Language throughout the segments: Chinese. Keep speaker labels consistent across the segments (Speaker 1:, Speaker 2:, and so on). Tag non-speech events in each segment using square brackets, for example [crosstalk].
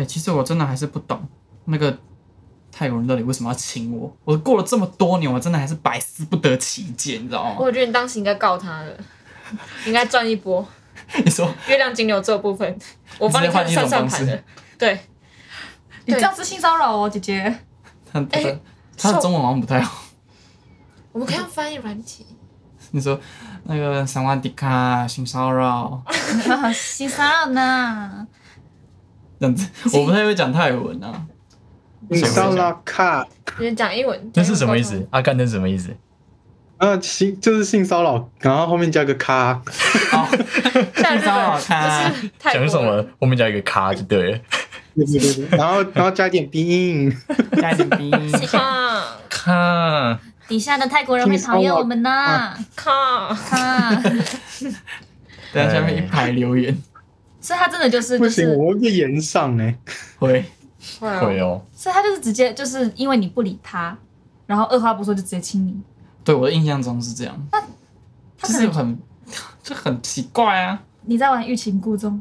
Speaker 1: 哎其实我真的还是不懂那个泰国人到底为什么要请我。我过了这么多年，我真的还是百思不得其解，你知道吗？
Speaker 2: 我觉得你当时应该告他的，应该赚一波。
Speaker 1: 你说
Speaker 2: 月亮金牛座部分，我帮你看
Speaker 1: 直接换
Speaker 2: 算
Speaker 1: 一种方
Speaker 2: 算盘
Speaker 1: 式
Speaker 2: 的。对， [laughs]
Speaker 3: 你这样是性骚扰哦，姐姐。
Speaker 1: 他他的、
Speaker 2: 哎
Speaker 1: 他的
Speaker 2: 受
Speaker 1: 中文好像不太好。
Speaker 2: 我们可以用翻译软体。
Speaker 1: 你说那个萨瓦迪卡性骚扰
Speaker 3: 哦性骚扰呢？
Speaker 1: 这样子，我不太会讲泰文啊。
Speaker 4: 你上拉卡，
Speaker 2: 你讲英文，
Speaker 5: 那是什么
Speaker 2: 讲
Speaker 5: 意
Speaker 2: 英
Speaker 5: 思啊
Speaker 2: 文？
Speaker 5: 阿干那是什么意思？
Speaker 4: 呃，性就是性骚扰，然后后面加个卡，
Speaker 1: 好，
Speaker 2: 沟通？像日
Speaker 1: 性骚扰
Speaker 2: 本
Speaker 1: 他
Speaker 2: 就是泰国
Speaker 5: [laughs] 讲
Speaker 2: 人 [laughs]
Speaker 5: 什？么？后面加一个咖就对了，
Speaker 4: 对对对对，然后然后加一点鼻音，
Speaker 1: 加一点 [laughs] 冰。
Speaker 2: 卡
Speaker 5: 咖。
Speaker 3: 底下的泰国人会讨厌我们呢。
Speaker 2: 卡，
Speaker 3: [laughs] 啊，
Speaker 1: 等一下下面一排留言，
Speaker 3: 所以他真的就是
Speaker 4: 不
Speaker 3: 就
Speaker 4: 行，
Speaker 3: 是，
Speaker 4: 我会被延上哎、
Speaker 1: 会
Speaker 2: 会
Speaker 5: 会
Speaker 2: 哦
Speaker 5: 哦，
Speaker 3: 所以他就是直接就是因为你不理他，然后二话不说就直接亲你。
Speaker 1: 对我的印象中是这样，
Speaker 3: 他
Speaker 1: 就
Speaker 3: 可
Speaker 1: 是
Speaker 3: 能
Speaker 1: 很这很奇怪啊。
Speaker 3: 你在玩欲擒故纵，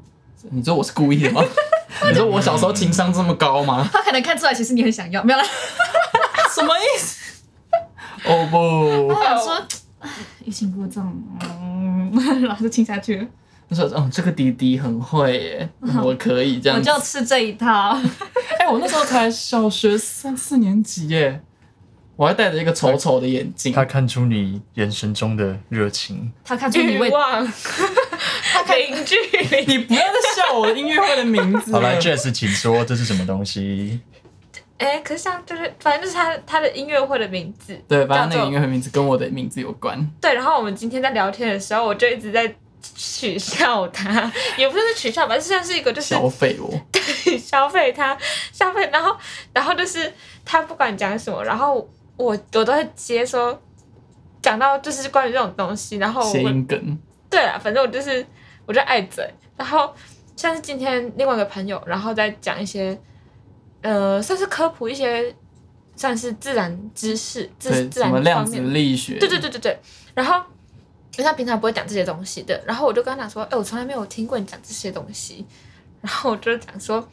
Speaker 1: 你说我是故意的吗？你说我小时候情商这么高吗？
Speaker 3: 他可能看出来其实你很想要，没有 [laughs] 啦。
Speaker 1: 什么意思？哦不，
Speaker 3: 他想说欲擒故纵，嗯， [laughs] 然后就亲下去了。
Speaker 1: 他说嗯，这个弟弟很会耶，嗯我可以这
Speaker 3: 我
Speaker 1: 样子。
Speaker 3: 就吃这一套。
Speaker 1: 哎、我那时候才小学三四年级耶，我还戴着一个丑丑的眼镜。
Speaker 5: 他看出你眼神中的热情，
Speaker 3: 他看出你
Speaker 2: 欲
Speaker 3: 为
Speaker 2: 望，邻居
Speaker 1: 你不要再笑我的音乐会的名字了。
Speaker 5: 好来，Jess，请说这是什么东西？
Speaker 2: [laughs] 哎、可是像就是，反正就是他他的音乐会的名字。
Speaker 1: 对，反正那
Speaker 2: 叫
Speaker 1: 个
Speaker 2: 做
Speaker 1: 音乐会名字跟我的名字有关。
Speaker 2: 对，然后我们今天在聊天的时候，我就一直在取笑他，也不是取笑吧，就像是一个就是
Speaker 1: 消费我，
Speaker 2: [laughs] 消费他，消费，然后然后就是他不管讲什么，然后我我都会接说，讲到就是关于这种东西，然后
Speaker 1: 谐
Speaker 2: 我
Speaker 1: 音梗。
Speaker 2: 对啊，反正我就是我就爱嘴，然后像是今天另外一个朋友，然后再讲一些呃算是科普一些算是自然知识，自
Speaker 1: 对，
Speaker 2: 自
Speaker 1: 什
Speaker 2: 然
Speaker 1: 么量
Speaker 2: 方
Speaker 1: 子
Speaker 2: 面
Speaker 1: 力学？
Speaker 2: 对对对对对。然后因为他平常不会讲这些东西的，然后我就跟他讲说，哎、我从来没有听过你讲这些东西。然后我就讲说，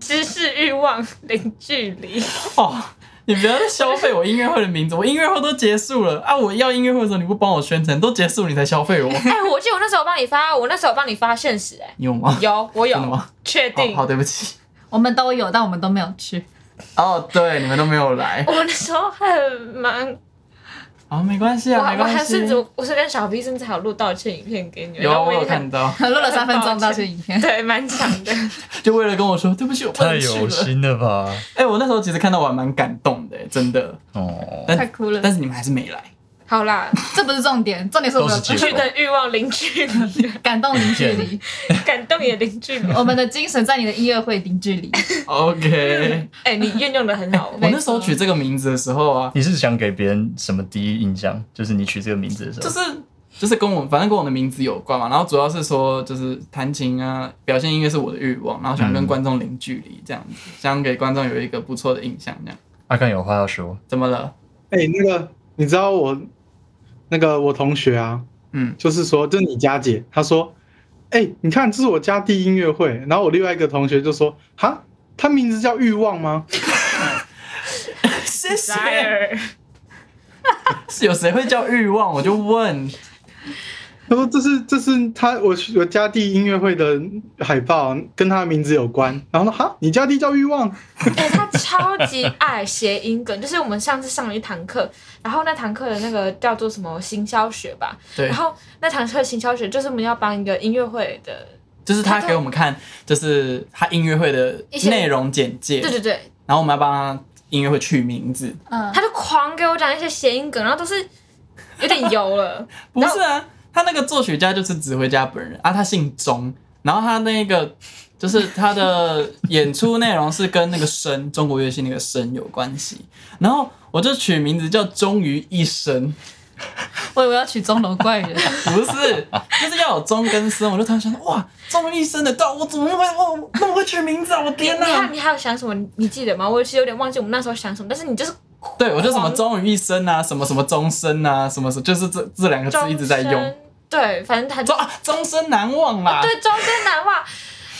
Speaker 2: 知识欲望零距离。
Speaker 1: 哦，你不要再消费我音乐会的名字，我音乐会都结束了啊！我要音乐会的时候你不帮我宣传，都结束你才消费我，
Speaker 2: 哎、 [laughs] 我记得我那时候帮你发，我那时候帮你发现实、哎，
Speaker 1: 你有吗？
Speaker 2: 有，我
Speaker 1: 真的
Speaker 2: 有
Speaker 1: 吗，
Speaker 2: 确
Speaker 1: 哦，
Speaker 2: 定。
Speaker 1: 好，对不起。
Speaker 3: 我们都有，但我们都没有去。
Speaker 1: 哦，对，你们都没有来
Speaker 2: 我，那时候很忙，
Speaker 1: 哦，没关系
Speaker 2: 我
Speaker 1: 啊，
Speaker 2: 还
Speaker 1: 没
Speaker 2: 我还
Speaker 1: 关系
Speaker 2: 甚。至我我是跟小 B 甚至还有录道歉影片给你们，
Speaker 1: 有啊，
Speaker 2: 然后
Speaker 1: 我
Speaker 2: 我
Speaker 1: 有
Speaker 2: 也很
Speaker 1: 看到，
Speaker 3: 录了三分钟到这影片，
Speaker 2: 对蛮长的，
Speaker 1: 就为了跟我说对不起，我不
Speaker 5: 太
Speaker 1: 能去
Speaker 5: 有
Speaker 1: 了。
Speaker 5: 心了吧！
Speaker 1: 哎、我那时候其实看到我还蛮感动的、真的。
Speaker 5: 哦，
Speaker 1: 但
Speaker 3: 快哭了
Speaker 1: 但。是你们还是没来，
Speaker 2: 好啦，
Speaker 3: 这不是重点，重点是我们
Speaker 5: 都是
Speaker 2: 去
Speaker 5: 结
Speaker 3: 的
Speaker 5: 果
Speaker 2: 的欲望零距离，
Speaker 3: 感动零距离，
Speaker 2: 感动也零距离。
Speaker 3: [laughs] 我们的精神在你的音乐会零距离。
Speaker 2: [laughs]
Speaker 1: OK，
Speaker 2: 哎、你运用的很好，
Speaker 1: 我那时候取这个名字的时候啊，
Speaker 5: 你是想给别人什么第一印象？就是你取这个名字的时候，
Speaker 1: 就是就是跟我反正跟我的名字有关嘛，然后主要是说就是弹琴啊，表现音乐是我的欲望，然后想跟
Speaker 5: 嗯
Speaker 1: 观众零距离这样子，想给观众有一个不错的印象这样。
Speaker 5: 阿啊干有话要说，
Speaker 1: 怎么了？ [laughs]
Speaker 4: 哎、那个你知道我那个我同学啊，
Speaker 1: 嗯，
Speaker 4: 就是说，就是你家姐，她说，哎、你看这是我家第一音乐会，然后我另外一个同学就说，哈，他名字叫欲望吗？
Speaker 1: 谢谢。
Speaker 2: desire。
Speaker 1: 是有谁会叫欲望？我就问，
Speaker 4: 他说这是这是他我我家第一音乐会的海报，跟他的名字有关。然后呢，哈，你家第叫欲望，
Speaker 2: 哎、他超级爱谐音梗，就是我们上次上了一堂课，然后那堂课的那个叫做什么行销学吧，
Speaker 1: 对
Speaker 2: 然，后那堂课行销学就是我们要帮一个音乐会的，
Speaker 1: 就是他给我们看，就是他音乐会的
Speaker 2: 一些
Speaker 1: 内容简介
Speaker 2: 对，对对，
Speaker 1: 然后我们要帮他音乐会取名字。
Speaker 3: 嗯，
Speaker 2: 他就狂给我讲一些谐音梗，然后都是有点油了，
Speaker 1: 不是啊，他那个作曲家就是指挥家本人啊，他姓钟，然后他那个就是他的演出内容是跟那个笙，中国乐器那个笙有关系。然后我就取名字叫“忠于一生
Speaker 3: 我以为要取钟楼怪人，”， [laughs]
Speaker 1: 不
Speaker 2: [laughs]
Speaker 1: 是，就是要有忠跟生。我就突然想到，哇，忠于一生的，对啊，我怎么会我那么会取名字啊？我 [laughs]
Speaker 2: 你
Speaker 1: 天
Speaker 2: 你还
Speaker 1: 哪！
Speaker 2: 你还有想什么？你记得吗？我其实有点忘记我们那时候想什么，但是你就是
Speaker 1: 对，我就什么忠于一生啊，什么什么终身啊，什么什么，就是这这两个字
Speaker 2: 终
Speaker 1: 一直在用
Speaker 2: 身，，对，反正他就
Speaker 1: 说啊，终身难忘啦。
Speaker 2: 对终身难忘，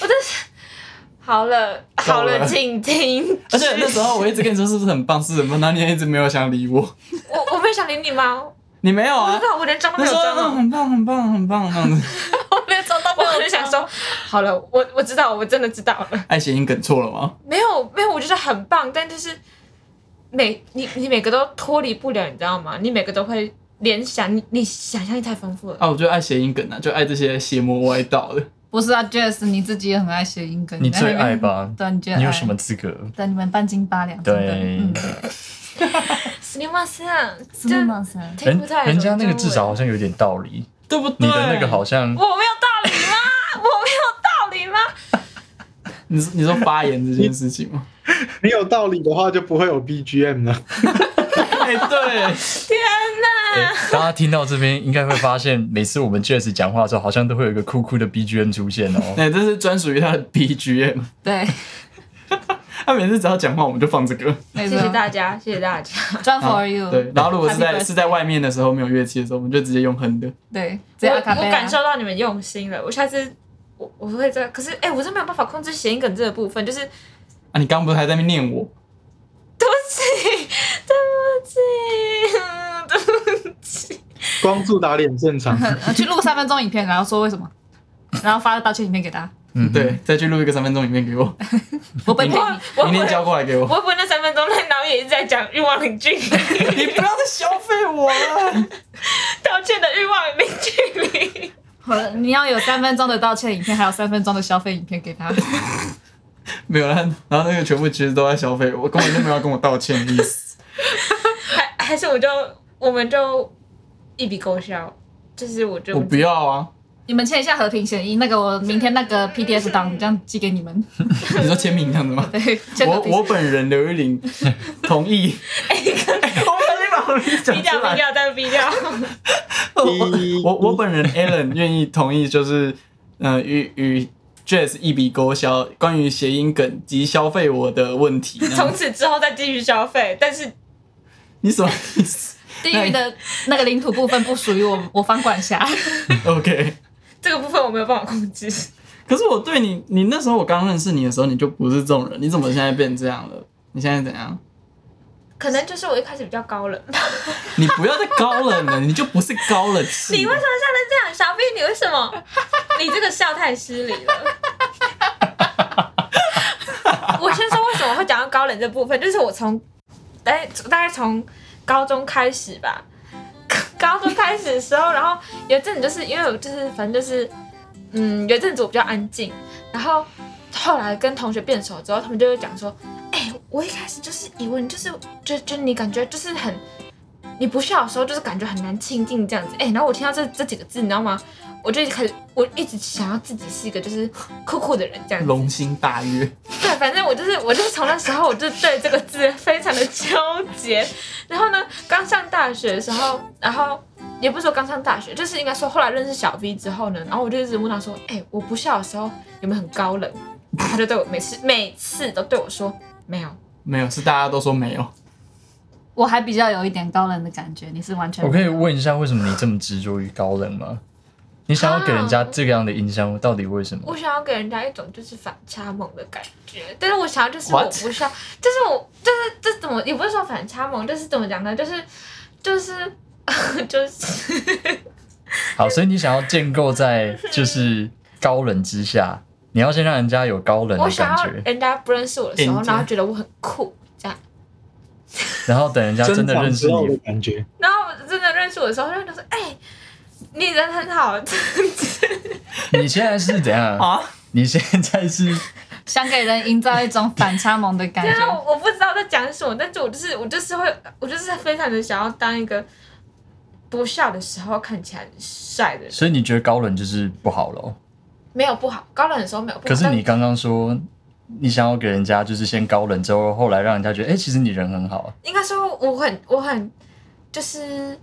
Speaker 2: 我真是好了，
Speaker 5: 到
Speaker 2: 好
Speaker 5: 了
Speaker 2: 了，请听。
Speaker 1: 而且那时候我一直跟你说是不是很棒，是很棒，然后你也一直没有想理我， [laughs]
Speaker 2: 我我没有想理你吗？
Speaker 1: 你没有
Speaker 2: 我不
Speaker 1: 啊
Speaker 2: 知？道，我连张
Speaker 1: 那
Speaker 2: 都没有
Speaker 1: 时候嗯
Speaker 2: 张哦，
Speaker 1: 很棒很棒很棒 [laughs] 这样子，
Speaker 2: 我没有张到，我就想说，好了，我我知道，我真的知道了。
Speaker 1: 爱谐音梗错了吗？
Speaker 2: 没有没有，我觉得很棒，但就是每你你每个都脱离不了，你知道吗？你每个都会联想，你你想象力太丰富了。
Speaker 1: 啊，我就爱谐音梗啊，就爱这些邪魔歪道的。
Speaker 3: 不是啊，Jess，你自己也很爱谐音梗，
Speaker 5: 你
Speaker 3: 在那
Speaker 5: 最
Speaker 3: 边
Speaker 5: 爱？吧？
Speaker 3: 嗯对，你最爱。
Speaker 5: 你有什么？资格？
Speaker 3: 对，你们半斤八两，真的。
Speaker 5: 对
Speaker 3: 嗯，
Speaker 2: 斯尼马斯啊，
Speaker 3: 什
Speaker 2: 就
Speaker 3: 么嘛噻？
Speaker 2: 听
Speaker 5: 人
Speaker 2: 不太懂
Speaker 5: 人家那个至少
Speaker 2: 中
Speaker 5: 好
Speaker 2: 文
Speaker 5: 像有点道理，
Speaker 1: 对不对？
Speaker 5: 你的那个好，像
Speaker 2: 我没有道理 [laughs] 吗？我没有道理吗？
Speaker 1: 你是你说发言这件事情吗？
Speaker 4: 你有道理的话就不会有 BGM 了。
Speaker 1: [laughs]
Speaker 4: [laughs]
Speaker 1: 哎， [laughs] 对，
Speaker 2: 天哪！
Speaker 5: 诶 [laughs] 大家听到这边应该会发现，每次我们 Jazz 讲话的时候，好像都会有一个酷酷的 BGM 出现哦。
Speaker 1: 哎那这是专属于他的 BGM，
Speaker 3: 对，
Speaker 1: 他每次只要讲话我们就放这个。
Speaker 3: 谢
Speaker 2: 谢谢大家，谢谢大 [laughs] 家。
Speaker 3: 专 for
Speaker 1: 啊
Speaker 3: you。
Speaker 1: 对，然后如果是
Speaker 3: Happy
Speaker 1: 在
Speaker 3: birthday
Speaker 1: 是在外面的时候没有乐器的时候，我们就直接用哼的。
Speaker 3: 对，
Speaker 2: 我
Speaker 3: 直接
Speaker 2: 我
Speaker 3: 阿卡贝拉
Speaker 2: 感受到你们用心了，我下次我我会这样。可是哎、我是没有办法控制谐音梗这个部分，就是
Speaker 1: 啊，你刚刚不是还在那边念我？
Speaker 2: 对不起，嗯对不起，对不起。
Speaker 4: 光速打脸正
Speaker 5: [laughs]
Speaker 4: 常，
Speaker 3: 呃去录三分钟影片，然后说为什么，然后发了道歉影片给大家。
Speaker 5: 嗯，
Speaker 1: 对，再去录一个三分钟影片给我，
Speaker 3: 我被骗
Speaker 2: 我
Speaker 3: 你，
Speaker 2: 我
Speaker 1: 明天交过来给 [laughs]
Speaker 2: 我
Speaker 1: 我。
Speaker 2: 会不会那三分钟内脑也一直在讲欲望领距离，
Speaker 1: 你不要再消费我了。
Speaker 2: 道歉的欲望领距离？
Speaker 3: 好了，你要有三分钟的道歉影片，还有三分钟的消费影片给他。
Speaker 1: [laughs] 没有啦，然后那个全部其实都在消费我，根本就没有要跟我道歉的意思。
Speaker 2: 还还是我就我们就一笔勾销，就是我就
Speaker 1: [laughs] 我不要啊！
Speaker 3: 你们签一下和平协议，那个我明天那个 PDF 档这样寄给你们。
Speaker 1: 你说 [laughs] 签名这样子吗？
Speaker 3: 对，签
Speaker 1: 我
Speaker 3: 和平
Speaker 1: 我本人刘玉玲 [laughs] 同意。哎，我不小心把我名字
Speaker 2: 低
Speaker 1: 讲出
Speaker 2: 调低
Speaker 1: 来。
Speaker 2: 调再低调。
Speaker 1: 我我我本人 Alan 愿意同意，就是呃与与 Jazz 一笔勾销关于谐音梗及消费我的问题。这样
Speaker 2: 从此之后再继续消费，但是
Speaker 1: 你什么意思 [laughs]
Speaker 3: 地狱的那个领土部分不属于我我方管辖。 [laughs]
Speaker 1: ？OK。
Speaker 2: 这个部分我没有办法控制。
Speaker 1: 可是我对你，你那时候我刚认识你的时候，你就不是这种人，你怎么现在变这样了？你现在怎样？
Speaker 2: 可能就是我一开始比较高冷。
Speaker 1: 你不要再高冷了，你就不是高冷系。
Speaker 2: 你为什么笑成这样？小 B，你为什么？你这个笑太失礼了。 [laughs] 我先说为什么会讲到高冷这部分，就是我从大概大概从高中开始吧，高中开始的时候，然后有一阵子就是因为我就是反正就是嗯，有一阵子我比较安静，然后后来跟同学变熟之后，他们就会讲说，哎、我一开始就是以为你就是就就你感觉就是很你不笑的时候，就是感觉很难亲近这样子。哎、然后我听到这这几个字，你知道吗？我就一开始，我一直想要自己是一个就是 [laughs] 酷酷的人这样子。
Speaker 1: 龙心大悦？
Speaker 2: 对，反正我就是，我就是从那时候我就对这个字非常的纠结。然后呢，刚上大学的时候，然后也不是说刚上大学，就是应该说后来认识小 V 之后呢，然后我就一直问他说：“哎、我不笑的时候有没有很高冷？”他就对我每次每次都对我说：“没有。”
Speaker 1: 没有，是大家都说没有。
Speaker 3: 我还比较有一点高冷的感觉，你是完全
Speaker 5: 我可以问一下，为什么你这么执着于高冷吗？你想要给人家这样的印象，到底为什么
Speaker 2: 我？想要给人家一种就是反差萌的感觉，但是我想要就是我
Speaker 1: What？
Speaker 2: 不像，就是我就是这怎么也不是说反差萌，就是怎么讲呢？就是就是 [laughs] 就是
Speaker 5: 好，所以你想要建构在就是高冷之下，你要先让人家有高冷
Speaker 2: 我
Speaker 5: 的
Speaker 2: 想
Speaker 5: 感
Speaker 2: 要
Speaker 5: 觉，
Speaker 2: 人家不认识我的时候，
Speaker 1: 人家
Speaker 2: 然后觉得我很酷这样，
Speaker 5: 然后等人家真的认识
Speaker 4: 正常之后的
Speaker 5: 你，
Speaker 4: 感觉。
Speaker 2: 然后真的认识我的时候，就觉说哎、你人很 [laughs] 好，
Speaker 5: 你现在是怎样？
Speaker 1: 啊，
Speaker 5: 你现在是
Speaker 3: 想给人营造一种反差萌的感
Speaker 2: 虽然 [laughs]
Speaker 3: 觉。 [laughs]
Speaker 2: 我我不知道在讲什么，但是我就是我就是会我就是非常的想要当一个不笑的时候看起来很帅的人，
Speaker 5: 所以你觉得高冷就是不好咯？
Speaker 2: 没有不好，高冷的时候没有不好，
Speaker 5: 可是
Speaker 2: 但
Speaker 5: 你刚刚说你想要给人家就是先高冷，之后后来让人家觉得，哎、其实你人很好。
Speaker 2: 应该说我很我很就是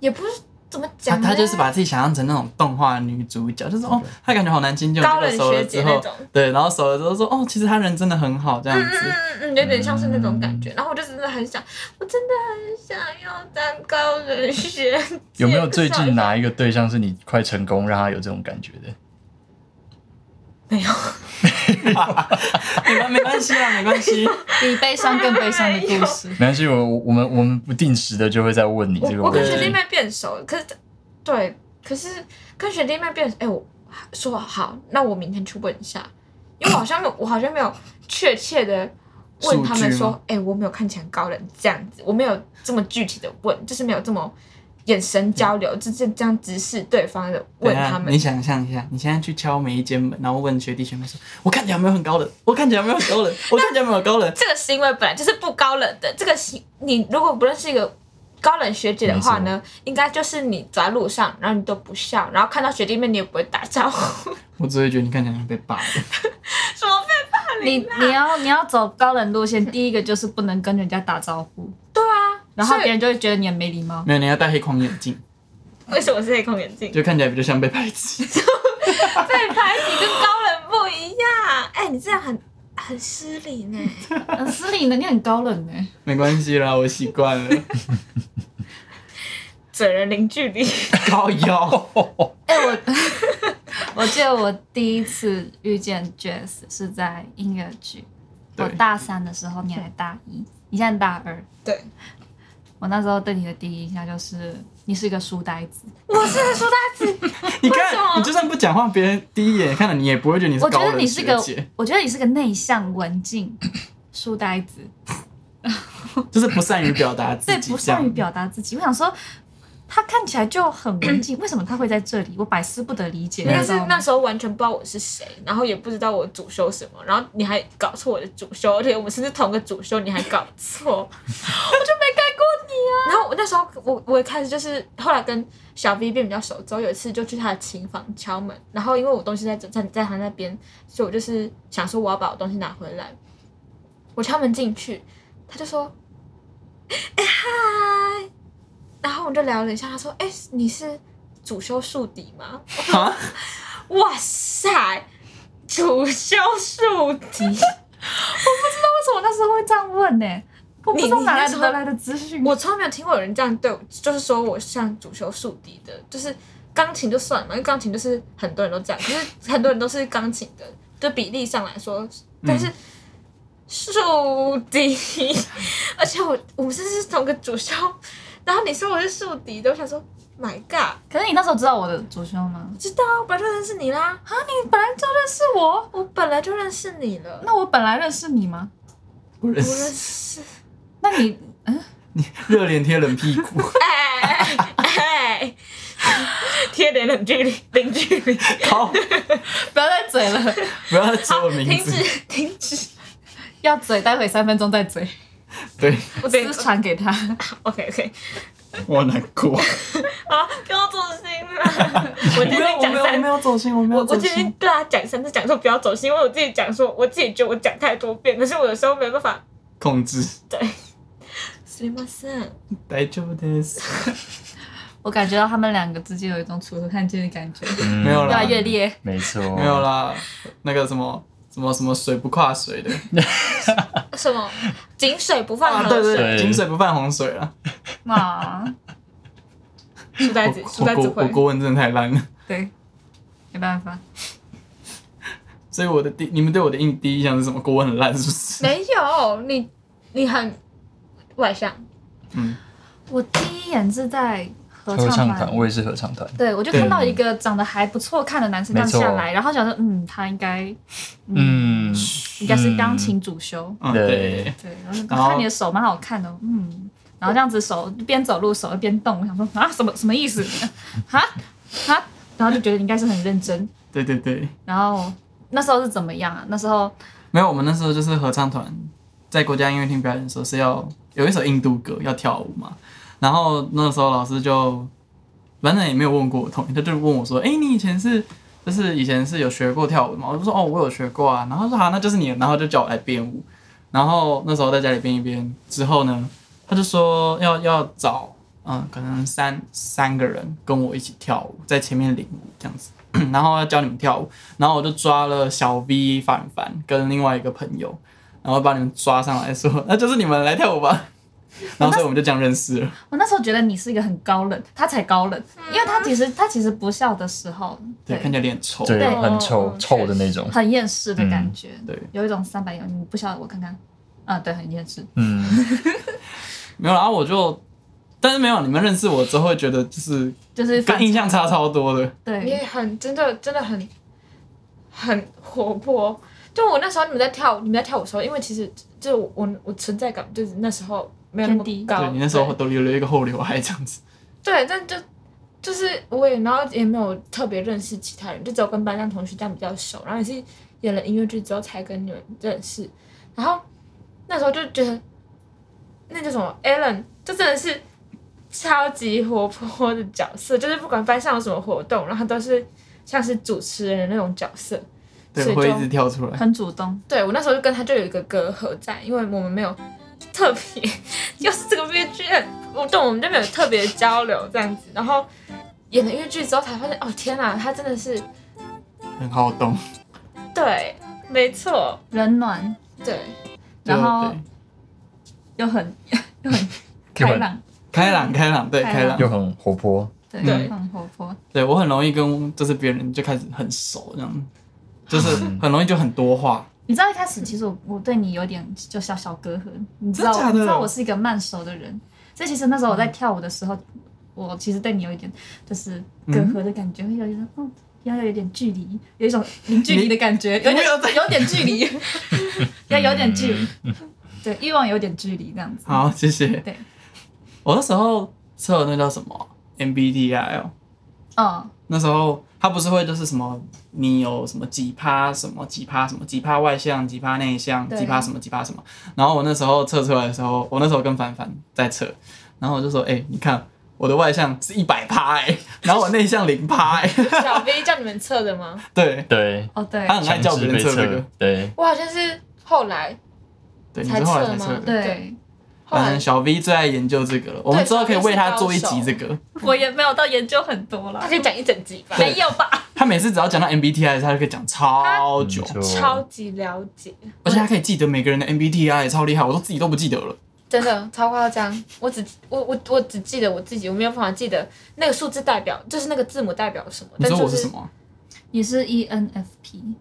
Speaker 2: 也不是怎么
Speaker 1: 他
Speaker 2: 讲啊呢，
Speaker 1: 他就是把自己想象成那种动画女主角，就是哦，他感觉好难亲近，结
Speaker 2: 高
Speaker 1: 果
Speaker 2: 冷
Speaker 1: 熟了
Speaker 2: 学
Speaker 1: 之
Speaker 2: 姐那
Speaker 1: 后，
Speaker 2: 种，
Speaker 1: 对，然后熟了之后说哦，其实他人真的很好这样
Speaker 2: 嗯嗯
Speaker 1: 子。
Speaker 2: 嗯嗯，有点像是那种感觉。然后我就真的很想，我真的很想要当高冷学姐。
Speaker 5: 有没有最
Speaker 2: 可是啊
Speaker 5: 近哪一个对象是你快成功让他有这种感觉的？
Speaker 2: 没有，
Speaker 1: 你们没关系啊，没关 [laughs] 系。
Speaker 3: 比悲伤更悲伤的故事。
Speaker 5: 没关系，我我我们我们不定时的就会再问你
Speaker 2: 我
Speaker 5: 这个
Speaker 2: 我
Speaker 5: 问
Speaker 2: 跟
Speaker 1: 对
Speaker 2: 学
Speaker 5: 题
Speaker 2: 弟。妹变熟，可是对，可是跟学弟妹变熟，哎、我说好，那我明天去问一下，因为我好像没有，我好像没有确切的问他们
Speaker 1: 数据
Speaker 2: 说
Speaker 1: 吗，
Speaker 2: 哎、我没有看起来很高冷这样子，我没有这么具体的问，就是没有这么眼神交流，就是这样直视对方的问
Speaker 1: 等一下
Speaker 2: 他们
Speaker 1: 你。想象一下，你现在去敲每一间门，然后问学弟学妹说：“我看起来有没有很高冷？我看起来有没有很高冷？我看起来有没有很高 [laughs] 冷
Speaker 2: 这个行为本来就是不高冷的，这个行你如果不认识一个高冷学姐的话呢，应该就是你走在路上，然后你都不笑，然后看到学弟妹你也不会打招呼，？”
Speaker 1: 我只会觉得你看起来像被霸凌。
Speaker 2: 什么被
Speaker 3: 你你要你要走高冷路线，第一个就是不能跟人家打招呼，
Speaker 2: 对啊，
Speaker 3: 然后
Speaker 2: 所以
Speaker 3: 别人就会觉得你很没礼貌。
Speaker 1: 没有，你要戴黑框眼
Speaker 3: [laughs]
Speaker 1: 镜，
Speaker 2: 为什么是黑框眼镜？
Speaker 1: 就看起来比较像被排挤。 [laughs]
Speaker 2: 被排挤跟高冷不一样。哎、你这样很很失礼呢。
Speaker 3: 嗯，司令能力很高冷哎，
Speaker 1: 没关系啦，我习惯了。 [laughs]
Speaker 2: 嘴人零距离，
Speaker 1: 高腰，
Speaker 3: 哎我 [laughs] 我记得我第一次遇见 Jazz 是在音乐剧，
Speaker 1: 对
Speaker 3: 我大三的时候，你还大一，你现在大二。
Speaker 2: 对，
Speaker 3: 我那时候对你的第一印象就是你是一个书呆子，
Speaker 2: 我是说他自己
Speaker 1: 你
Speaker 2: 为什么
Speaker 1: 看，你就算不讲话，别人第一眼看到你也不会觉得你是
Speaker 3: 我觉
Speaker 1: 高
Speaker 3: 得
Speaker 1: 冷
Speaker 3: 你是
Speaker 1: 学
Speaker 3: 个
Speaker 1: 姐，，
Speaker 3: 我觉得你是个内向文静 [clears throat] 书呆子，
Speaker 1: 就是不善于表达自
Speaker 3: 对，
Speaker 1: 己，
Speaker 3: 不善于。表达自己。我想说，他看起来就很文静，为什么他会在这里？我百思不得理解。
Speaker 2: 应该
Speaker 3: 你知
Speaker 2: 是
Speaker 3: 道吗
Speaker 2: 那时候完全不知道我是谁，然后也不知道我主修什么，然后你还搞错我的主修，而且我们甚至同个主修，你还搞错，我就没看过你啊。然后我那时候我我一开始就是后来跟小 V 变比较熟之后，有一次就去他的琴房敲门，然后因为我东西在在在他那边，所以我就是想说我要把我东西拿回来，我敲门进去，他就说：“哎、嗨。”然后我们就聊了一下，他说：“哎、你是主修数底吗？”
Speaker 1: 啊，
Speaker 2: 哇塞，主修数底，
Speaker 3: 为什么我那时候会这样问呢、我不知道
Speaker 2: 你
Speaker 3: 哪来
Speaker 2: 你那时
Speaker 3: 的
Speaker 2: 候
Speaker 3: 何来的资讯。
Speaker 2: 我从来没有听过有人这样对我，就是说我像主修数底的，就是钢琴就算了嘛，因为钢琴就是很多人都这样，可是很多人都是钢琴的，就比例上来说，但是数底， [laughs] 而且我我们甚至是同个主修，然后你说我是数底的，我想说 My God，
Speaker 3: 可是你那时候知道我的主修吗？
Speaker 2: 知道啊，我本来就认识你啦，
Speaker 3: 啊，你本来就认识我，
Speaker 2: 我本来就认识你了，
Speaker 3: 那我本来认识你吗？
Speaker 1: 不认
Speaker 2: 我认
Speaker 1: 识，
Speaker 2: 识，
Speaker 3: 那你
Speaker 1: 热脸贴冷屁股，
Speaker 2: 哎哎哎， [laughs] 贴点冷距离，零距离，
Speaker 1: 好，
Speaker 3: [laughs] 不要再嘴了，
Speaker 1: 不要说我名
Speaker 2: 停
Speaker 1: 字。
Speaker 2: 止停止，
Speaker 3: [laughs] 要嘴，待会三分钟再 [laughs] 嘴，
Speaker 1: 对
Speaker 2: 我等
Speaker 3: 私传给他。
Speaker 2: [laughs] OK OK，
Speaker 1: 我难过，
Speaker 2: 好，不要走心了， [laughs] 我今
Speaker 1: 我没有，
Speaker 2: 天
Speaker 1: 我
Speaker 2: 讲
Speaker 1: 没有，我
Speaker 2: 三
Speaker 1: 没。有走心，我没
Speaker 2: 我
Speaker 1: 有
Speaker 2: 我
Speaker 1: 走
Speaker 2: 今天
Speaker 1: 心。
Speaker 2: 对他啊讲三次，讲说不要走心，因为我自己讲说，我自己觉得我讲太多遍，可是我有时候没办法。
Speaker 1: 控制，
Speaker 2: すみません。
Speaker 1: 大丈夫です。
Speaker 3: 我感觉到他们两个之间有一种处处看见的感觉，
Speaker 5: 嗯
Speaker 1: 没有
Speaker 3: [laughs] 越
Speaker 1: 啦
Speaker 3: 来越 [laughs] 烈。
Speaker 5: 没错，
Speaker 1: 没有啦，那个什么什么什么水不跨水的，
Speaker 2: 什么？井水不犯
Speaker 1: 啊，
Speaker 2: 河
Speaker 1: 对对
Speaker 2: 水。
Speaker 1: 对，
Speaker 5: 对
Speaker 1: 井水不犯洪水啊。
Speaker 3: 哇，
Speaker 2: 书呆
Speaker 1: 我
Speaker 2: 子，书
Speaker 1: 我
Speaker 2: 呆子
Speaker 1: 国我
Speaker 2: 会。
Speaker 1: 国文真的太烂了，
Speaker 3: 对，没办法。
Speaker 1: 所以我的第你们对我的印第一印象是什么？国文很烂是不 [laughs] 是？
Speaker 2: 没有你，你很外向。
Speaker 1: 嗯，
Speaker 3: 我第一眼是在合
Speaker 5: 合唱
Speaker 3: 唱
Speaker 5: 团，我也是合唱团。
Speaker 3: 对我就看到一个长得还不错看的男生这样下来，然后想说，嗯，他应该，嗯，
Speaker 5: 嗯，
Speaker 3: 应该是钢琴主修。
Speaker 1: 嗯
Speaker 5: 对
Speaker 1: 对，
Speaker 3: 对，然后就
Speaker 1: 然后
Speaker 3: 看你的手蛮好看的哦，嗯，然后这样子手边走路手一边动，我想说啊，什么什么意思？ [laughs] 啊啊，然后就觉得你应该是很认真。
Speaker 1: 对对对，
Speaker 3: 然后那时候是怎么样啊？那时候
Speaker 1: 没有，我们那时候就是合唱团在国家音乐厅表演的时候是要有一首印度歌要跳舞嘛，然后那时候老师就反正也没有问过我同意，他就问我说：“哎、你以前是就是以前是有学过跳舞吗？”我就说：“哦，我有学过啊。”然后他说：“好、那就是你。”然后就叫我来编舞。然后那时候在家里编一编之后呢，他就说要要找嗯，可能三三个人跟我一起跳舞，在前面领舞这样子，然后要教你们跳舞。然后我就抓了小 V [laughs] 凡凡跟另外一个朋友，然后把你们抓上来说，那就是你们来跳舞吧。然后所以我们就这样认识了。
Speaker 3: 我那时候觉得你是一个很高冷，他才高冷，因为他其实他其实不笑的时候，
Speaker 1: 对，看起来有点丑。
Speaker 5: 对，
Speaker 3: 对
Speaker 5: 很臭
Speaker 2: 嗯
Speaker 5: 臭的那种，
Speaker 3: 很厌世的感觉，
Speaker 1: 对，
Speaker 3: 有一种三百油，你不笑我看看，啊，对，很厌世，
Speaker 5: 嗯，
Speaker 1: 没有啦，然后我就，但是没有你们认识我之后，会觉得就是
Speaker 3: 就是反
Speaker 1: 跟印象差超多的。
Speaker 2: 你也
Speaker 3: 对，
Speaker 2: 很真的真的很很活泼。就我那时候你们在跳，你们在跳舞的时候，因为其实就我我我存在感就是那时候没有那么
Speaker 3: 偏低
Speaker 2: 高，
Speaker 1: 对你那时候都留了一个后刘海这样子，
Speaker 2: 对，但就就是我也，然后也没有特别认识其他人，就只有跟班上同学这样比较熟，然后也是演了音乐剧之后才跟你们认识，然后那时候就觉得那叫什么 Alan，就真的是超级活泼的角色，就是不管班上有什么活动，然后都是像是主持人的那种角色，
Speaker 1: 对，
Speaker 2: 所以就
Speaker 1: 会一直跳出来。
Speaker 3: 很主动，
Speaker 2: 对我那时候就跟他就有一个隔阂在，因为我们没有特别，又是这个编剧，我对我们就没有特别交流这样子。然后演了音乐剧之后才发现，哦天哪，他真的是
Speaker 1: 很好动，
Speaker 2: 对，没错，
Speaker 3: 冷暖
Speaker 2: 对，
Speaker 3: 然后
Speaker 1: 就对
Speaker 3: 又很 [laughs] 又很
Speaker 5: 又
Speaker 3: 开
Speaker 5: 很
Speaker 3: 朗，
Speaker 1: 开朗开朗，对
Speaker 3: 开
Speaker 1: 开朗
Speaker 5: 又，很活泼，
Speaker 3: 对，
Speaker 2: 对
Speaker 3: 很活泼，
Speaker 1: 对我很容易跟就是别人就开始很熟这样，就是很容易就很多话。
Speaker 3: 你知道一开始其实我我对你有点就小小隔阂，你知道
Speaker 1: 真假的嗯
Speaker 3: 你知道我是一个慢熟的人，所以其实那时候我在跳舞的时候，我其实对你有一点就是
Speaker 1: 嗯
Speaker 3: 隔阂的感觉，会有一种嗯。要有一点距离，有一种零距离的感觉，有点有点距离，
Speaker 1: [laughs]
Speaker 3: 要有点距离，对，欲望有点距离这样子。
Speaker 1: 好，谢谢。
Speaker 3: 对，
Speaker 1: 我那时候测那叫什么 MBTI 哦，
Speaker 3: 嗯，
Speaker 1: 那时候他不是会就是什么你有什么几趴什么几趴什么几趴外向几趴内向
Speaker 3: 对
Speaker 1: 几趴什么几趴什么，然后我那时候测出来的时候，我那时候跟凡凡在测，然后我就说，哎、你看我的外向是一百趴哎，然后我内向零趴哎，
Speaker 2: 小 V 叫你们测的吗？
Speaker 1: 对
Speaker 5: 对，
Speaker 3: 哦对，
Speaker 1: 他很爱叫别人测这
Speaker 5: 强制被
Speaker 1: 个
Speaker 5: 测，对，
Speaker 2: [laughs] 我好像是后来，
Speaker 1: 对，你
Speaker 2: 才
Speaker 1: 是后来
Speaker 2: 测
Speaker 1: 才
Speaker 2: 吗
Speaker 1: 测的。
Speaker 3: 对，
Speaker 2: 后来
Speaker 1: 嗯，小 V 最爱研究这个了，我们之后可以为他做一集这个。
Speaker 3: 我也没有到研究很多啦
Speaker 2: 他可，以讲一整集吧，
Speaker 3: 没有
Speaker 1: [laughs]
Speaker 3: 吧？
Speaker 1: 他每次只要讲到 MBTI，他就可以讲超久，
Speaker 5: 嗯就
Speaker 2: 超级了解，
Speaker 1: 而且他可以记得每个人的 MBTI，超厉害，我都自己都不记得了。
Speaker 2: 真的超夸张。我只我我我只记得我自己，我没有办法记得那个数字代表，就是那个字母代表什么。
Speaker 1: 你说
Speaker 2: 但就
Speaker 1: 我是什？么？
Speaker 3: 你是 E ENFP，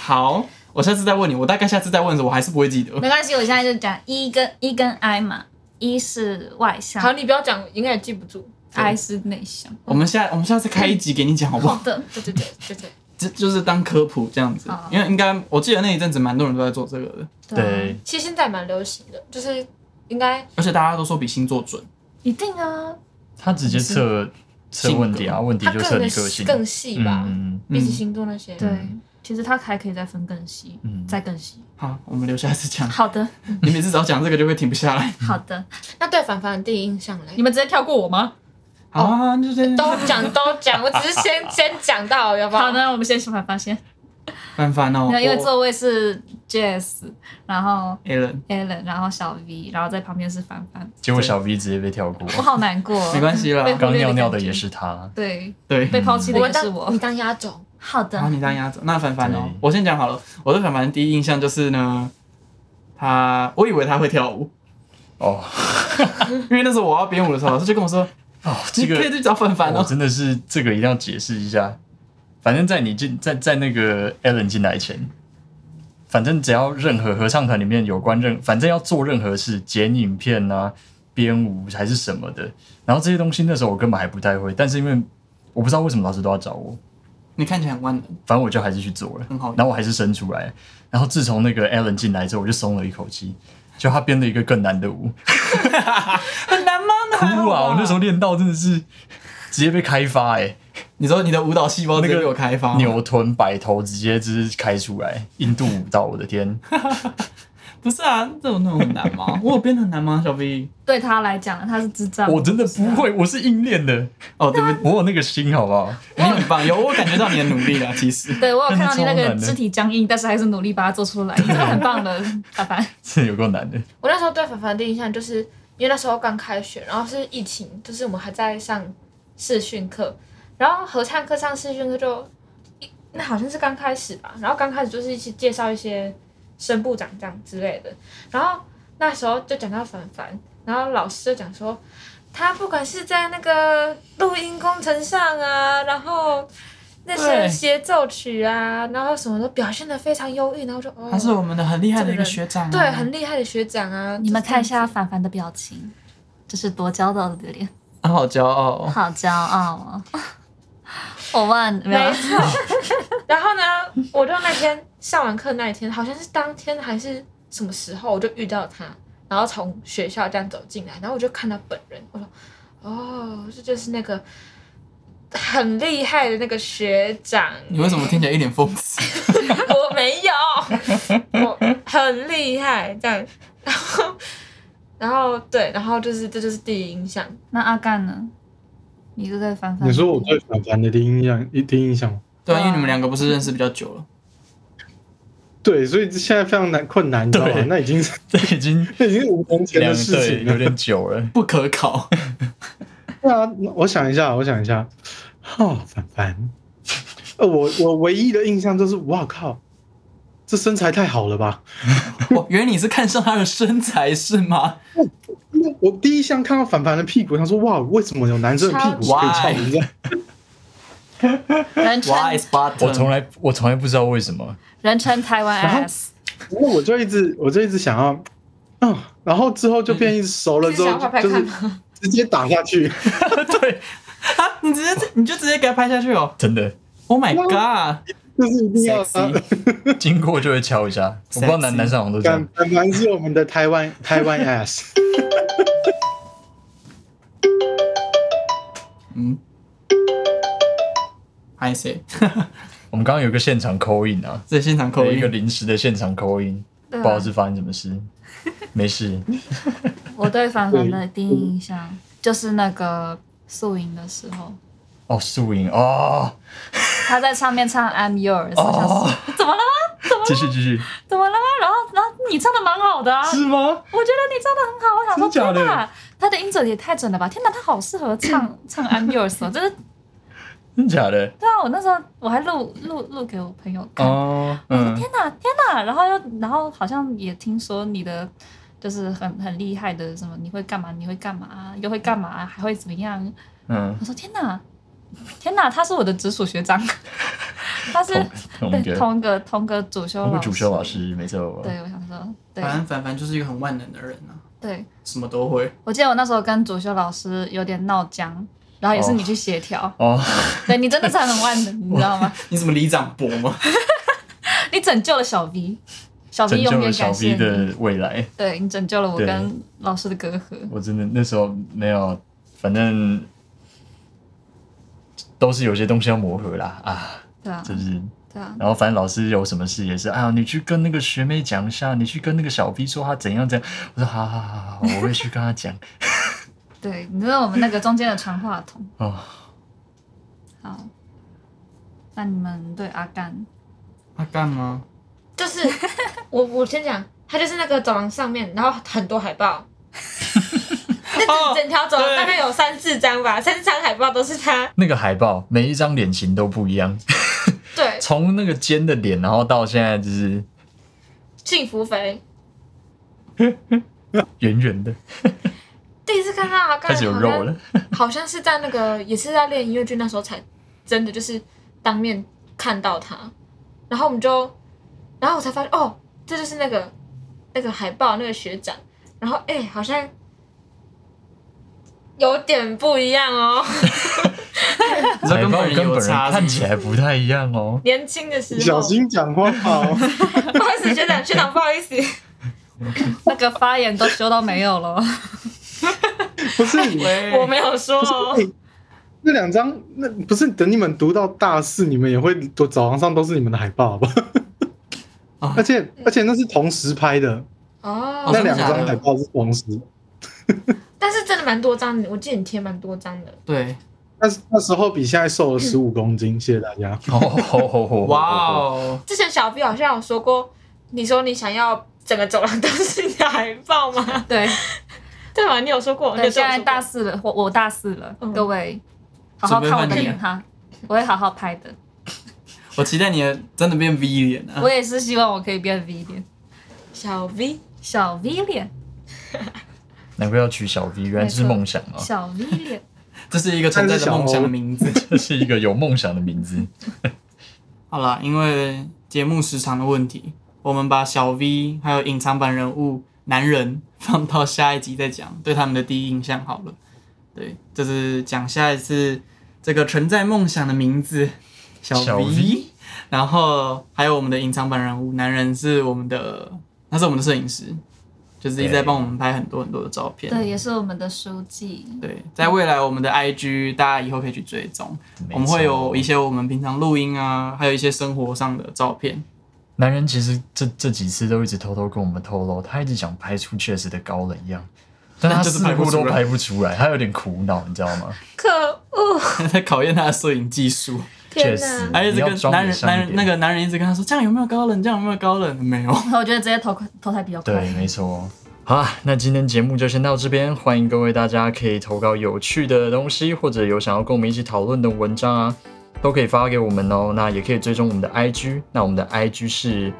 Speaker 1: 好，我下次再问你，我大概下次再问的时候，我还是不会记得。
Speaker 3: 没关系，我现在就讲一跟一跟 I 嘛，一是外向
Speaker 2: 好，你不要讲，应该也记不住。
Speaker 3: ，I 是内向。
Speaker 5: 哦
Speaker 3: 哦
Speaker 1: 我们下我们下次开一集给你讲好不好
Speaker 3: 好？的，
Speaker 2: 对对对对对，
Speaker 1: 这 [laughs] 就是当科普这样子
Speaker 3: 好，
Speaker 1: 因为应该我记得那一阵子蛮多人都在做这个的，
Speaker 3: 啊，
Speaker 5: [laughs] 对，
Speaker 2: 其实现在蛮流行的，就是应该
Speaker 1: 而且大家都说比星座准。
Speaker 3: 一定啊，
Speaker 5: 他直接测测
Speaker 1: 性格
Speaker 5: 问题啊，问题
Speaker 2: 它
Speaker 5: 就
Speaker 2: 更
Speaker 5: 测你
Speaker 2: 的
Speaker 5: 个性，
Speaker 2: 更细吧，
Speaker 5: 嗯
Speaker 2: 比起星座那些。
Speaker 3: 对，其实它还可以再分更细，
Speaker 5: 嗯
Speaker 3: 再更细。
Speaker 1: 好，我们留下次
Speaker 3: [laughs]
Speaker 1: 讲。
Speaker 3: 好的，
Speaker 1: 你每次只要讲这个就会停不下来。
Speaker 3: 好的，
Speaker 2: 那对凡凡的第一印象嘞
Speaker 3: 你？们直接跳过我吗？哦
Speaker 1: 好啊，就这样。
Speaker 2: 都讲都讲，我只是先
Speaker 3: [laughs]
Speaker 2: 先讲到，要不
Speaker 3: 好
Speaker 2: 好？
Speaker 3: 的，我们先说反发现，
Speaker 1: 凡凡哦，
Speaker 3: 没有因为
Speaker 1: 我
Speaker 3: 座位是 Jazz，然后
Speaker 1: Alan。
Speaker 3: Allen，然后小 V，然后在旁边是凡凡，
Speaker 5: 结果小 V 直接被跳过，
Speaker 3: 我好难
Speaker 5: [laughs]
Speaker 3: 过。
Speaker 1: 没关系啦
Speaker 3: 被，忽
Speaker 5: 刚
Speaker 3: 略
Speaker 5: 尿
Speaker 3: 感
Speaker 5: 尿的
Speaker 3: 觉
Speaker 5: 也。是他，
Speaker 3: 对，
Speaker 1: 对，
Speaker 3: 被抛弃的
Speaker 2: 我
Speaker 3: 也
Speaker 2: 当
Speaker 3: 是我
Speaker 2: 你。当压轴，
Speaker 3: 好
Speaker 1: 然后
Speaker 3: 的，
Speaker 1: 你当鸭子，那凡凡哦
Speaker 5: 对，
Speaker 1: 我先讲好了，我对凡凡的第一印象就是呢，他我以为他会跳舞，
Speaker 5: 哦
Speaker 1: 因为那时候我要编舞的时候，老师就跟我说，
Speaker 5: 哦，
Speaker 1: 你
Speaker 5: 这
Speaker 1: 可以
Speaker 5: 个
Speaker 1: 去找凡凡
Speaker 5: 我
Speaker 1: 哦。
Speaker 5: 真的是这个一定要解释一下，反正在你进在在那个 Allen 进来前。反正只要任何合唱团里面有关任，反正要做任何事，剪影片啊、编舞还是什么的，然后这些东西那时候我根本还不太会，但是因为我不知道为什么老师都要找我，
Speaker 1: 你看起来很万能，
Speaker 5: 反正我就还是去做了，
Speaker 1: 很好
Speaker 5: 然后我还是生出来。然后自从那个 Alan 进来之后，我就松了一口气。就他编了一个更难的舞，
Speaker 1: 很难吗？那
Speaker 5: 哭
Speaker 1: 还好吧
Speaker 5: [laughs] 啊！我那时候练到真的是直接被开发哎、
Speaker 1: 你说你的舞蹈细胞
Speaker 5: 那
Speaker 1: 哦直
Speaker 5: 个
Speaker 1: 接被我开发吗，
Speaker 5: 扭臀摆头直接就是开出来，印度舞蹈，我的
Speaker 1: [laughs]
Speaker 5: 天！
Speaker 1: 不是啊？这种那种很难吗？
Speaker 5: [laughs]
Speaker 1: 我有编得很难吗？小 V，
Speaker 3: 对他来讲，他是智障。
Speaker 5: 我哦真的不会，我是硬练的，
Speaker 1: 哦，
Speaker 5: [laughs]
Speaker 1: 对不起，
Speaker 5: 我有那个心好不好？
Speaker 1: 你很棒，有我感觉到你的努力了，其
Speaker 3: [laughs]
Speaker 1: 实。
Speaker 3: 对，我有看到你那
Speaker 5: 真的超
Speaker 3: 个
Speaker 5: 难的
Speaker 3: 肢体僵硬，但是还是努力把它做出来，你真的很棒
Speaker 5: [laughs]
Speaker 3: 的，凡凡。
Speaker 5: 是有够难的，
Speaker 2: 我那时候对凡凡的印象就是因为那时候刚开学，然后是疫情，就是我们还在上视讯课，然后合唱课上视讯课就一那好像是刚开始吧，然后刚开始就是一起介绍一些声部长这样之类的，然后那时候就讲到凡凡，然后老师就讲说，他不管是在那个录音工程上啊，然后那些
Speaker 1: 对
Speaker 2: 协奏曲啊，然后什么都表现的非常优异，然后就哦，
Speaker 1: 他是我们的很厉害的一个学长、啊，
Speaker 2: 对很厉害的学长啊，
Speaker 3: 你们
Speaker 2: 就是这
Speaker 3: 看
Speaker 2: 样
Speaker 3: 一
Speaker 2: 子
Speaker 3: 下凡凡的表情，这是多骄傲的脸，
Speaker 1: 他好骄傲、哦。
Speaker 3: 好骄傲哦！我忘没有啊
Speaker 2: 没错。然后呢，我就那天上完课那一天，好像是当天还是什么时候，我就遇到他，然后从学校这样走进来，然后我就看他本人，我说：“哦，这就是那个很厉害的那个学长。”
Speaker 1: 你为什么听起来一脸讽刺？
Speaker 2: 我没有，我很厉害这样。然后，然后对，然后就是这就是第一印象。
Speaker 3: 那阿干呢？你是对凡凡？
Speaker 4: 你说我对凡凡的第一印象，一第一印象吗？
Speaker 1: 对啊，因为你们两个不是认识比较久了，
Speaker 4: 对，所以现在非常难困难，你知道吗
Speaker 5: 对？
Speaker 4: 那已经是 [laughs]
Speaker 5: 这已经
Speaker 4: 那已经是五年前
Speaker 5: 两
Speaker 4: 的事
Speaker 5: 对
Speaker 4: 情
Speaker 5: 有
Speaker 4: 了。
Speaker 5: 点久了。
Speaker 1: 不可考。
Speaker 4: 对啊，我想一下，我想一下，哦，凡凡，呃，我我唯一的印象就是，哇靠，这身材太好了吧！
Speaker 1: [laughs] 我原来你是看上他的身材是吗？
Speaker 4: 那我第一项看到凡凡的屁股，他说哇，为什么有男生的屁股可以翘成这样？
Speaker 1: Why
Speaker 3: 人称
Speaker 1: is button？
Speaker 5: 我从来我从来不知道为
Speaker 1: [laughs]
Speaker 5: 什么，
Speaker 3: 人称台湾
Speaker 4: 然后
Speaker 3: ass，
Speaker 4: 那我就一直我就一直想要，嗯，然后之后就变一直熟了之后
Speaker 2: 嗯你是想要拍，拍
Speaker 4: 就是
Speaker 2: 看
Speaker 4: 直接打下去。
Speaker 5: 对，
Speaker 1: 啊，你直接你就直接给他拍下去哦
Speaker 5: 真的
Speaker 1: ！Oh my god！
Speaker 4: 就是一定
Speaker 1: [laughs]
Speaker 4: 要
Speaker 1: Sexy
Speaker 5: 经过就会敲一下。我不知道男
Speaker 1: Sexy
Speaker 5: 男上网都这
Speaker 4: 反
Speaker 5: 样，
Speaker 4: 反凡是我们的台湾台
Speaker 2: [laughs]
Speaker 4: 湾 ass，
Speaker 1: 嗯，I see， [laughs]
Speaker 5: 我们刚刚有个现场扣印啊，
Speaker 1: 这现场口
Speaker 5: 有一个
Speaker 1: 音。
Speaker 5: 临时的现场扣印，不
Speaker 3: 对
Speaker 5: 知道
Speaker 3: 啊，
Speaker 5: 是发生什么事，
Speaker 3: [laughs]
Speaker 5: 没事。
Speaker 3: 我对凡凡的第一印象就是那个宿营的时候，
Speaker 5: 哦，素影哦，
Speaker 3: 他在上面唱 I'm Yours，我想
Speaker 5: 哦
Speaker 3: 说，怎么了吗？怎么
Speaker 5: 继续继续，
Speaker 3: 怎么了吗？然后然后你唱的蛮好的啊，
Speaker 5: 是吗？
Speaker 3: 我觉得你唱的很好，我想说
Speaker 5: 真假的
Speaker 3: 天哪，他的音准也太准了吧！天哪，他好适合唱唱 I'm Yours，哦就是
Speaker 5: 真假的？
Speaker 3: 对啊，我那时候我还录录录给我朋友看，
Speaker 5: 哦，嗯，
Speaker 3: 天哪天哪！然后又然后好像也听说你的就是很很厉害的什么，你会干嘛？你会干嘛？又会干嘛？还会怎么样？
Speaker 5: 嗯，
Speaker 3: 我说天哪天哪，他是我的直属学长， [laughs] 他是
Speaker 5: 同同一
Speaker 3: 对
Speaker 5: 个
Speaker 3: 同一个同一个主修
Speaker 5: 同一
Speaker 3: 老
Speaker 5: 个
Speaker 3: 师，
Speaker 5: 主修老师，没错。
Speaker 3: 对，我想说对
Speaker 1: 反正凡凡就是一个很万能的人啊，
Speaker 3: 对。
Speaker 1: 什么都会。
Speaker 3: 我记得我那时候跟主修老师有点闹僵，然后也是你去协调，
Speaker 5: 哦，
Speaker 3: 对你真的是很万能，你知道
Speaker 5: [laughs]
Speaker 3: 吗？
Speaker 1: 你怎么里长伯吗？
Speaker 3: 你拯救了小 V，小 V
Speaker 5: 拯救
Speaker 3: 永
Speaker 5: 了
Speaker 3: 远
Speaker 5: 小
Speaker 3: 感谢
Speaker 5: V
Speaker 3: 你，
Speaker 5: 的未来。
Speaker 3: 对你拯救了我
Speaker 5: 对
Speaker 3: 跟老师的隔阂。
Speaker 5: 我真的那时候没有，反正都是有些东西要磨合啦啊，
Speaker 3: 对啊，
Speaker 5: 真是。
Speaker 3: 对啊，
Speaker 5: 然后反正老师有什么事也是啊，你去跟那个学妹讲一下，你去跟那个小 B 说他怎样怎样。我说好好好好，我会去跟他讲。
Speaker 3: 对，你知道我们那个中间的传话筒。
Speaker 5: [laughs] 哦，
Speaker 3: 好，那你们对阿甘，
Speaker 1: 他干嘛？
Speaker 2: 就是我我先讲，它就是那个走廊上面，然后很多
Speaker 1: [laughs]
Speaker 2: 海报。那
Speaker 1: 哦
Speaker 2: 整整条走廊
Speaker 1: 对
Speaker 2: 大概有三四张吧，三四张海报都
Speaker 1: [laughs]
Speaker 2: 是他。
Speaker 5: 那个海报每一张脸型都不一样，
Speaker 2: 对，
Speaker 5: 从那个尖的脸，然后到现在就是
Speaker 2: 幸福肥
Speaker 5: 圆圆的，
Speaker 2: 第一次看到他，刚
Speaker 5: 开
Speaker 2: 才
Speaker 5: 始有
Speaker 1: [laughs]
Speaker 5: 肉了。
Speaker 2: 好像是在那个也是在练音乐剧那时候才真的就是当面看到他，然后我们就，然后我才发现哦，这就是那个那个海报那个学长，然后哎、好像有点不一样哦，
Speaker 1: 你知道
Speaker 5: 海
Speaker 1: 跟
Speaker 5: 报
Speaker 1: 本
Speaker 5: 跟
Speaker 1: 人有
Speaker 5: 本人
Speaker 1: 差是
Speaker 5: 看
Speaker 1: 不
Speaker 5: 起
Speaker 1: 是？
Speaker 5: 来不太一样哦。
Speaker 2: 年轻的时
Speaker 4: 小
Speaker 2: 候，
Speaker 4: 心讲话哦。
Speaker 2: [laughs] 不好意思学长学长不好
Speaker 4: [laughs]
Speaker 2: 意思，
Speaker 3: 那个发言都修到没有了。
Speaker 4: 不是，
Speaker 1: 喂
Speaker 2: 我没有说哦
Speaker 4: 不，是，哎那两张那不是等你们读到大四，你们也会都早上上都是你们的海报，好不好？
Speaker 1: 啊
Speaker 4: [laughs] 而
Speaker 2: 嗯
Speaker 4: 且而且那是同时拍的，
Speaker 1: 哦
Speaker 2: 哦，
Speaker 4: 哎那
Speaker 1: 真的
Speaker 4: 两
Speaker 1: 假
Speaker 4: 张
Speaker 1: 的
Speaker 4: 海报是同时。
Speaker 2: 但是真的蛮多张的，我记得你贴蛮多张的，
Speaker 1: 对，
Speaker 4: 那那时候比现在瘦了十五公斤，谢谢大家。
Speaker 5: 哦吼吼吼！
Speaker 1: [laughs] 哇！哦，
Speaker 2: 之前小 B 好像有说过，你说你想要整个走廊都是你的海报吗？
Speaker 3: [laughs] 对，
Speaker 2: [laughs] 对啊吧？你有说过，你
Speaker 3: 对，
Speaker 2: 有对
Speaker 3: 现
Speaker 2: 我
Speaker 3: 在
Speaker 2: 说过
Speaker 3: 大四了，我我大四了，
Speaker 2: 嗯
Speaker 3: 各位好好看我的
Speaker 1: 准备换你
Speaker 3: 脸哈，我会好好拍的。
Speaker 1: 我期待你的真的变 V 脸啊
Speaker 3: 我！也是希望我可以变 V 脸，
Speaker 2: 小 V，
Speaker 3: 小 V 脸。
Speaker 5: [laughs] 难怪要取小 V，原来这是梦想啊，
Speaker 3: 小 V 脸，
Speaker 1: 这是一个存在着梦想的名字。
Speaker 5: 这 [laughs] 是一个有梦想的名字。
Speaker 1: 好啦，因为节目时长的问题，我们把小 V 还有隐藏版人物男人放到下一集再讲，对他们的第一印象好了。对，这是讲下一次这个存在梦想的名字小 V，,
Speaker 5: 小 V
Speaker 1: 然后还有我们的隐藏版人物男人是我们的，他是我们的摄影师，就是一直在
Speaker 5: 对
Speaker 1: 帮我们拍很多很多的照片。
Speaker 3: 对，也是我们的书记。
Speaker 1: 对，在未来我们的 IG 大家以后可以去追踪，
Speaker 5: 没
Speaker 1: 我们会有
Speaker 5: 错
Speaker 1: 一些我们平常录音啊，还有一些生活上的照片。
Speaker 5: 男人其实这这几次都一直偷偷跟我们透露，他一直想拍出确实的高冷样，但
Speaker 1: [laughs]
Speaker 5: 他
Speaker 1: 就是
Speaker 5: 似
Speaker 1: 拍不
Speaker 5: 乎都
Speaker 1: 出来
Speaker 5: 拍不出来，他有点苦恼，你知道
Speaker 1: [laughs]
Speaker 5: 吗？
Speaker 2: 可恶！
Speaker 1: 在考验他的摄影技术，
Speaker 5: 确
Speaker 2: 天
Speaker 5: 实
Speaker 2: 哪，，
Speaker 1: 还一
Speaker 5: 你
Speaker 1: 直
Speaker 5: 要
Speaker 1: 跟
Speaker 5: 装
Speaker 1: 男
Speaker 5: 得
Speaker 1: 人
Speaker 5: 像
Speaker 1: 男
Speaker 5: 一
Speaker 1: 人
Speaker 5: 点
Speaker 1: 那个男人一直跟他说这样有没有高冷，这样有没有高冷？没有，
Speaker 3: [laughs] 我觉得直接投投胎比较快。
Speaker 5: 对，没错。好啊，那今天节目就先到这边，欢迎各位大家可以投稿有趣的东西，或者有想要跟我们一起讨论的文章啊，都可以发给我们哦。那也可以追踪我们的 IG，那我们的 IG 是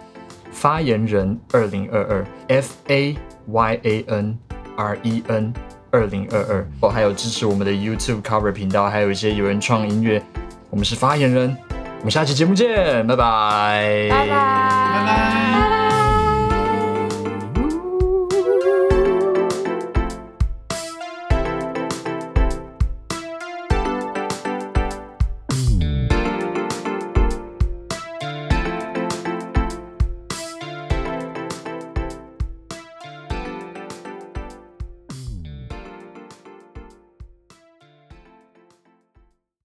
Speaker 5: 发言人二零二二 F A Y A N R E N 二零二二哦，还有支持我们的 YouTube cover 频道，还有一些有人创音乐，我们是发言人，我们下期节目见，拜拜，
Speaker 4: 哎
Speaker 3: 拜拜，拜拜，拜拜。